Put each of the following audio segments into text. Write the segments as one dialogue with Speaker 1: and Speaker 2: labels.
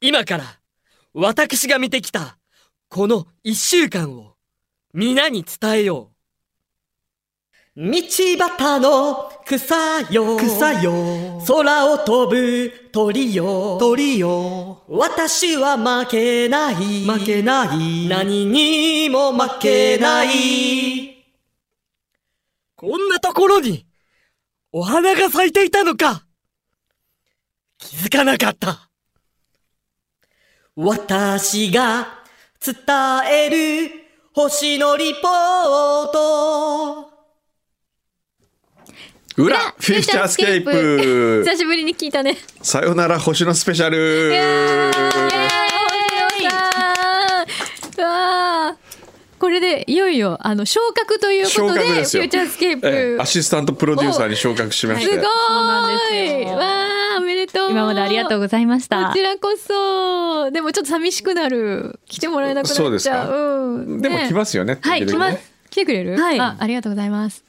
Speaker 1: 今から私が見てきたこの一週間を皆に伝えよう。道端の草よ
Speaker 2: 草よ
Speaker 1: 空を飛ぶ鳥よ
Speaker 2: 鳥よ
Speaker 1: 私は負けない
Speaker 2: 負けない
Speaker 1: 何にも負けないこんなところにお花が咲いていたのか気づかなかった私が伝える星のリポート
Speaker 3: 裏フューチャースケープ
Speaker 4: 久しぶりに聞いたね。
Speaker 3: さよなら星のスペシャル
Speaker 4: いやーわーこれでいよいよあの昇格ということ
Speaker 3: 昇
Speaker 4: で
Speaker 3: 格ですよ
Speaker 4: フューチャースケープ。
Speaker 3: ええアシスタントプロデューサーに昇格しまし
Speaker 4: すご
Speaker 3: て、
Speaker 5: なんです
Speaker 4: ーい
Speaker 5: よ
Speaker 4: わーおめでとう
Speaker 5: 今までありがとうございました
Speaker 4: こちらこそでもちょっと寂しくなる来てもらえなくなっちゃう
Speaker 3: そうですか
Speaker 4: うん、
Speaker 3: でも
Speaker 4: ね
Speaker 3: 来ますよね
Speaker 4: はい
Speaker 3: 時
Speaker 4: 来
Speaker 3: 々
Speaker 4: ま
Speaker 3: ね
Speaker 4: す来てくれる
Speaker 5: はい
Speaker 4: あありがとうございます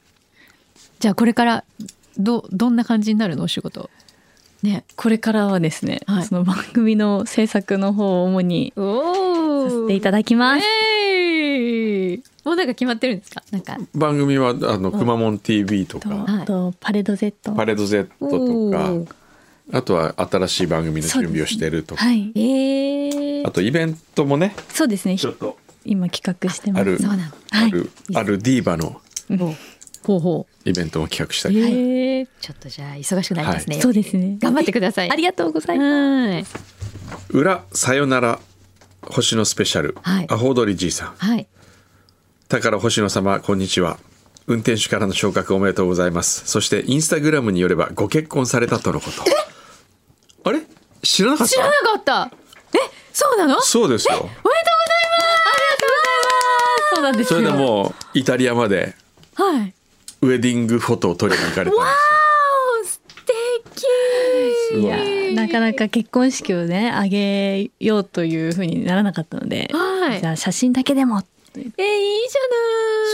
Speaker 4: じゃあこれからどどんな感じになるのお仕事ね
Speaker 5: これからはですね、
Speaker 4: はい
Speaker 5: その番組の制作の方を主に
Speaker 4: お
Speaker 5: させていた
Speaker 4: だき
Speaker 5: だきます、
Speaker 4: もうなんか決まってるんですかなんか
Speaker 3: 番組はあのくまモン TV と
Speaker 5: と
Speaker 3: か
Speaker 4: はい
Speaker 5: あとパレード Z
Speaker 3: パレード Z と
Speaker 4: おー
Speaker 3: かあとは新しい番組の準備をしてるとか、
Speaker 5: はい
Speaker 4: ええ
Speaker 3: あとイベントもね
Speaker 5: そうですね
Speaker 3: ちょっと
Speaker 5: 今企画してます
Speaker 3: ある
Speaker 4: そうなの
Speaker 3: あ
Speaker 5: はい
Speaker 3: るあるディーバの
Speaker 4: ほうほう
Speaker 3: イベントも企画したり、
Speaker 4: ええちょっとじゃあ忙しくなりますね、
Speaker 5: そうですね
Speaker 4: 頑張ってください
Speaker 5: ありがとうございます
Speaker 4: はい
Speaker 3: 裏さよなら星のスペシャル、
Speaker 4: はい
Speaker 3: アホドリじいさん
Speaker 4: はい
Speaker 3: だから星野様こんにちは運転手からの昇格おめでとうございますそしてインスタグラムによればご結婚されたとのことあれ知らなかった
Speaker 4: 知らなかったえそうなの
Speaker 3: そうですよ
Speaker 4: おめでとうございますありがとうございますそうなん
Speaker 3: それで
Speaker 4: で
Speaker 3: もうイタリアまで
Speaker 4: はい
Speaker 3: ウェディングフォトを撮りに行かれたん
Speaker 4: 素敵
Speaker 3: ですよすごい
Speaker 5: なかなか結婚式をねあげようというふうにならなかったので、
Speaker 4: はい
Speaker 5: じゃあ写真だけでも
Speaker 4: えいいじ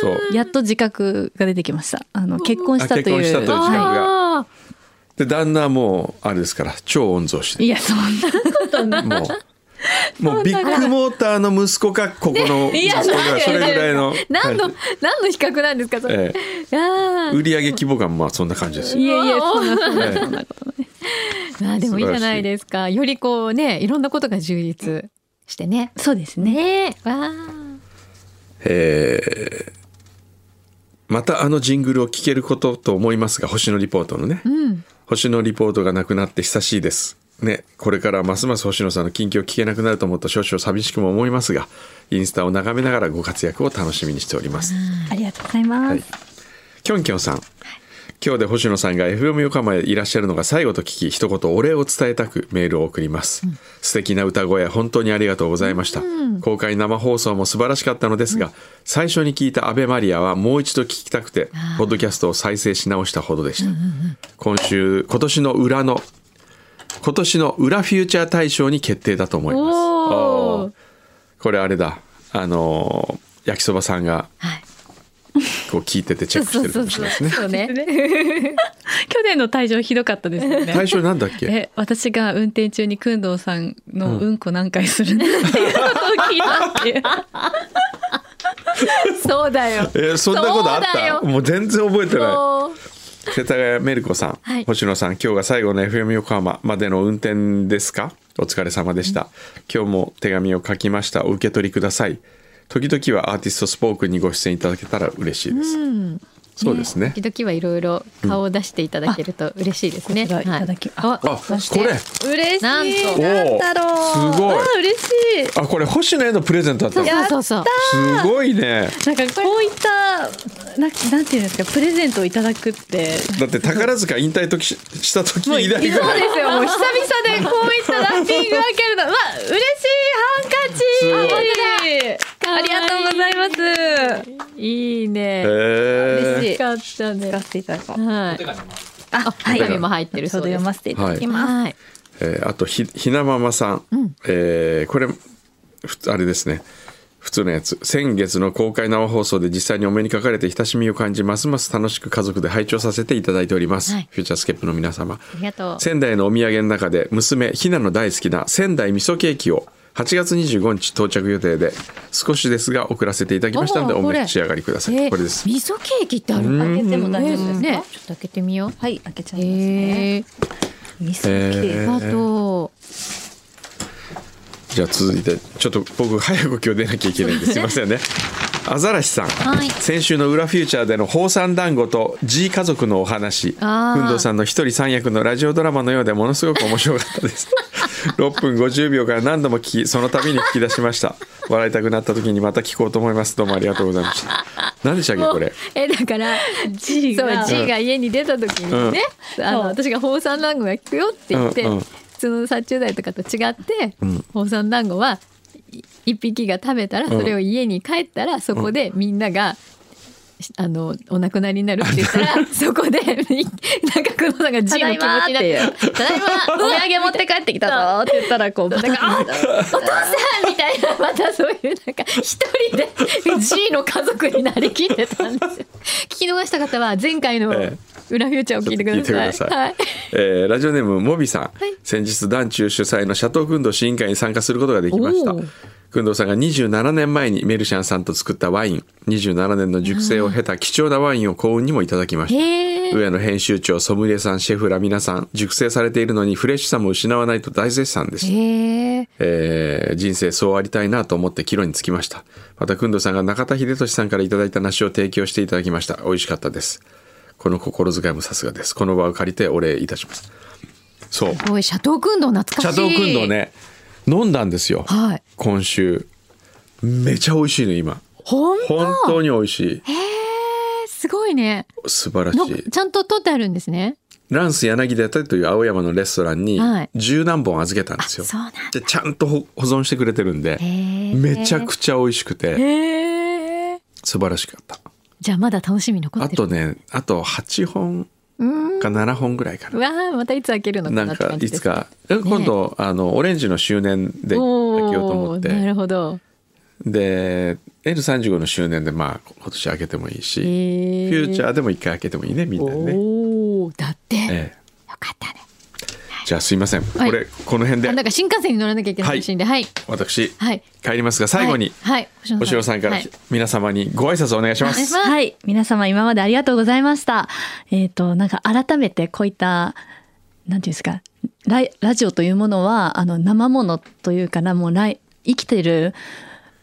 Speaker 4: ゃない
Speaker 3: そう
Speaker 5: やっと自覚が出てきましたあの結婚したという
Speaker 3: あ結婚したという自覚
Speaker 4: あ
Speaker 3: で旦那はもうあれですから超温存して
Speaker 5: いやそんなことない
Speaker 3: もうもうビッグモーターの息子かここ の息子がそれぐらいの
Speaker 4: ー何の
Speaker 3: はい
Speaker 4: 何の比較なんですかそれ、
Speaker 3: え
Speaker 4: あ
Speaker 3: え
Speaker 4: ー
Speaker 3: 売上規模感まあそんな感じですよ
Speaker 5: いやいやそん なそん
Speaker 3: ええ
Speaker 5: なそんなことない
Speaker 4: まあでもいいじゃないですかよりこうねいろんなことが充実してね
Speaker 5: そうですね
Speaker 4: ねわー
Speaker 3: えーまたあのジングルを聞けることと思いますが星野リポートのね、
Speaker 4: うん
Speaker 3: 星野リポートがなくなって久しいですねこれからますます星野さんの近況を聞けなくなると思うと少々寂しくも思いますがインスタを眺めながらご活躍を楽しみにしております
Speaker 5: ありがとうございます、
Speaker 3: はいきょんきょんさん今日で星野さんが FM 横浜へいらっしゃるのが最後と聞き一言お礼を伝えたくメールを送ります、素敵な歌声本当にありがとうございました、公開生放送も素晴らしかったのですが、最初に聞いた「アベマリア」はもう一度聞きたくてポッドキャストを再生し直したほどでした、今週今年の裏の今年の裏フューチャー大賞に決定だと思います
Speaker 4: おー
Speaker 3: おーこれあれだあのー焼きそばさんが
Speaker 4: はい
Speaker 3: こう聞いててチェックしてるかもしれないですね
Speaker 4: そ うね
Speaker 5: 去年の退場ひどかったですよね
Speaker 3: 対象なんだっけ
Speaker 5: え私が運転中に工藤さんのうんこ何回するんだっていうことを聞いたっていう
Speaker 4: そうだよ
Speaker 3: えーそんなことあっ
Speaker 4: そうだ
Speaker 3: た
Speaker 4: よ
Speaker 3: もう全然覚えてな
Speaker 4: そう
Speaker 3: い世田谷メルコさん、
Speaker 4: はい
Speaker 3: 星野さん今日が最後の FM 横浜までの運転ですかお疲れ様でした、今日も手紙を書きましたお受け取りください時々はアーティストスポークにご出演いただけたら嬉しいです、そうですね
Speaker 4: 時々はいろいろ顔を出していただけると嬉しいですね。
Speaker 5: こちらいただきあ
Speaker 3: あこれ
Speaker 5: 嬉しい
Speaker 4: なんと
Speaker 5: なんだろう
Speaker 3: おーすごい
Speaker 5: わあ嬉しい
Speaker 3: あこれ星野へのプレゼントだったの
Speaker 4: そうそうそう。
Speaker 3: すごいね
Speaker 5: なんかこういったななんていうんですかプレゼントをいただくって
Speaker 3: だって宝塚引退時しした時以来ぐ
Speaker 4: そう
Speaker 3: らい
Speaker 4: ですよ。もう久々でこういったラッピング開けるの、わ嬉しい
Speaker 3: すごい
Speaker 4: ハンカチ。
Speaker 5: ありがとうございます
Speaker 4: す。いいね。
Speaker 3: え
Speaker 5: 嬉しい
Speaker 4: よかったね
Speaker 5: 使。わせていただこう
Speaker 4: はい。
Speaker 5: あは
Speaker 4: 紙も入って
Speaker 5: ちょう
Speaker 4: る
Speaker 5: ど
Speaker 4: そうで
Speaker 5: 読
Speaker 4: す。
Speaker 5: ませていただきます、
Speaker 4: はい。
Speaker 3: えーあとひひなままさん、えーこれふあれですね「普通のやつ先月の公開生放送で実際にお目にかかれて親しみを感じますます楽しく家族で拝聴させていただいております、
Speaker 4: はい
Speaker 3: フューチャースケープの皆様
Speaker 4: りがとう
Speaker 3: 仙台のお土産の中で娘ひなの大好きな仙台味噌ケーキを8月25日到着予定で少しですが送らせていただきましたので
Speaker 4: おー
Speaker 3: お
Speaker 4: これ
Speaker 3: 召し上がりください、
Speaker 4: えー
Speaker 3: これです
Speaker 4: 味噌ケーキってある
Speaker 6: 開けても大丈夫ですか、
Speaker 4: ねちょっと開けてみよう
Speaker 6: はい開けちゃいますね、
Speaker 4: へえ
Speaker 6: 味噌ケーキ、
Speaker 3: えー
Speaker 4: あと
Speaker 3: じゃあ続いてちょっと僕早く今日出なきゃいけないんですすいませ んねアザラシさん、
Speaker 4: はい
Speaker 3: 先週の「裏フューチャー」での宝山団子と G 家族のお話
Speaker 4: あー
Speaker 3: ふんどうさんの一人三役のラジオドラマのようでものすごく面白かったです 6分50秒から何度も聞きその度に聞き出しました笑いたくなった時にまた聞こうと思いますどうもありがとうございました何でしたっけ
Speaker 4: も
Speaker 3: こ
Speaker 4: う
Speaker 3: れ
Speaker 4: えだから
Speaker 5: G
Speaker 4: そう
Speaker 5: が
Speaker 4: G が家に出た時にね、あの
Speaker 5: そう
Speaker 4: 私が「宝山団子が効くよ」って言って、
Speaker 3: うんうん
Speaker 4: 普通の殺虫剤とかと違って、宝山団子はい一匹が食べたらそれを家に帰ったら、そこでみんなが。あのお亡くなりになるって言った らそこでみ なんか工藤さんが G の気持ちにな って「ただいま
Speaker 5: お土産持って帰ってきたぞって言ったらこうバタッて
Speaker 4: お父さ ん!」みたいなまたそういうなんか一人で G の家族になりきってたんですよ聞き逃した方は前回の
Speaker 3: え
Speaker 4: 「裏フューチャー」を聞いてください。
Speaker 3: ちょっと聞いてください
Speaker 4: はい
Speaker 3: えーラジオネームもびさん、
Speaker 4: い
Speaker 3: 先日団中主催のシャトー運動市委員会に参加することができました
Speaker 4: おー
Speaker 3: 運動さんが27年前にメルシャンさんと作ったワイン27年の熟成を経た貴重なワインを幸運にもいただきました
Speaker 4: へえ。
Speaker 3: 上野編集長ソムリエさんシェフら皆さん熟成されているのにフレッシュさも失わないと大絶賛でした
Speaker 4: へえ。
Speaker 3: えー人生そうありたいなと思って帰路につきましたまた工藤さんが中田秀俊さんからいただいた梨を提供していただきました美味しかったですこの心遣いもさすがですこの場を借りてお礼いたしますそう
Speaker 4: おい、シャトークンドー懐かし
Speaker 3: 茶
Speaker 4: い。
Speaker 3: 道工藤。ね飲んだんですよ、
Speaker 4: はい
Speaker 3: 今週めちゃ美味しいの今
Speaker 4: 本当。
Speaker 3: 本当に美味しい
Speaker 4: へえ、すごいね。
Speaker 3: 素晴ら
Speaker 4: の
Speaker 3: しい
Speaker 4: ちゃんと取ってあるんですね。
Speaker 3: ランス柳田という青山のレストランに
Speaker 4: はい
Speaker 3: 十何本預けたんですよ、
Speaker 4: そうなんだ。
Speaker 3: でちゃんと保保存してくれてるんで
Speaker 4: へえ。
Speaker 3: めちゃくちゃ美味しくて
Speaker 4: へえ。
Speaker 3: 素晴らしかった
Speaker 4: じゃあ、まだ楽しみ残っ
Speaker 3: あ
Speaker 4: てる。
Speaker 3: とねあと8本
Speaker 4: うん。
Speaker 3: か7本ぐらいか
Speaker 4: う
Speaker 3: な。
Speaker 4: わあ、またいつ開けるのか
Speaker 3: な
Speaker 4: なんって
Speaker 3: か
Speaker 4: 感じ
Speaker 3: い
Speaker 4: で
Speaker 3: つ
Speaker 4: すね。
Speaker 3: か、今度あのオレンジの周年で開けようと思っ
Speaker 4: おーな
Speaker 3: て
Speaker 4: るほど。
Speaker 3: で L35 の周年でまあ今年開けてもいいし、
Speaker 4: へえ。
Speaker 3: フューチャーでも一回開けてもいいねみんなでね、
Speaker 4: おお、だって。よ
Speaker 3: ええ
Speaker 4: かったね。
Speaker 3: じゃあすいません、
Speaker 4: はい
Speaker 3: これこの辺
Speaker 4: あなん
Speaker 3: で
Speaker 4: か新幹線に乗らなきゃいけないらしいんで、はい。
Speaker 3: 私、
Speaker 4: はい
Speaker 3: 帰りますが最後に、
Speaker 4: はい。はい
Speaker 3: 星野さんから、
Speaker 4: はい
Speaker 3: 皆様にご挨拶お願いしま
Speaker 4: お願い
Speaker 3: す
Speaker 4: します。
Speaker 6: はい皆様今までありがとうございましたえっ、となんか改めてこういったなんていうんですかライラジオというものはあの生ものというかなもうライ生きてる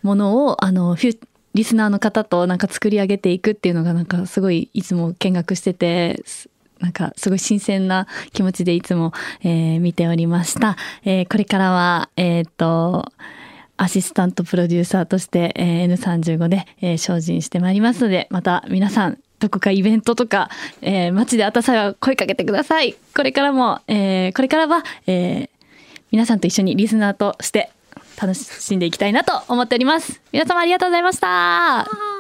Speaker 6: ものをあのフュリスナーの方となんか作り上げていくっていうのがなんかすごいいつも見学しててすなんかすごい新鮮な気持ちでいつも、えー見ておりました、えーこれからはえっ、とアシスタントプロデューサーとして、えー N35 で、えー精進してまいりますのでまた皆さんどこかイベントとか、えー街であった際は声かけてくださいこれからも、えーこれからは、えー皆さんと一緒にリスナーとして楽しんでいきたいなと思っております皆様ありがとうございました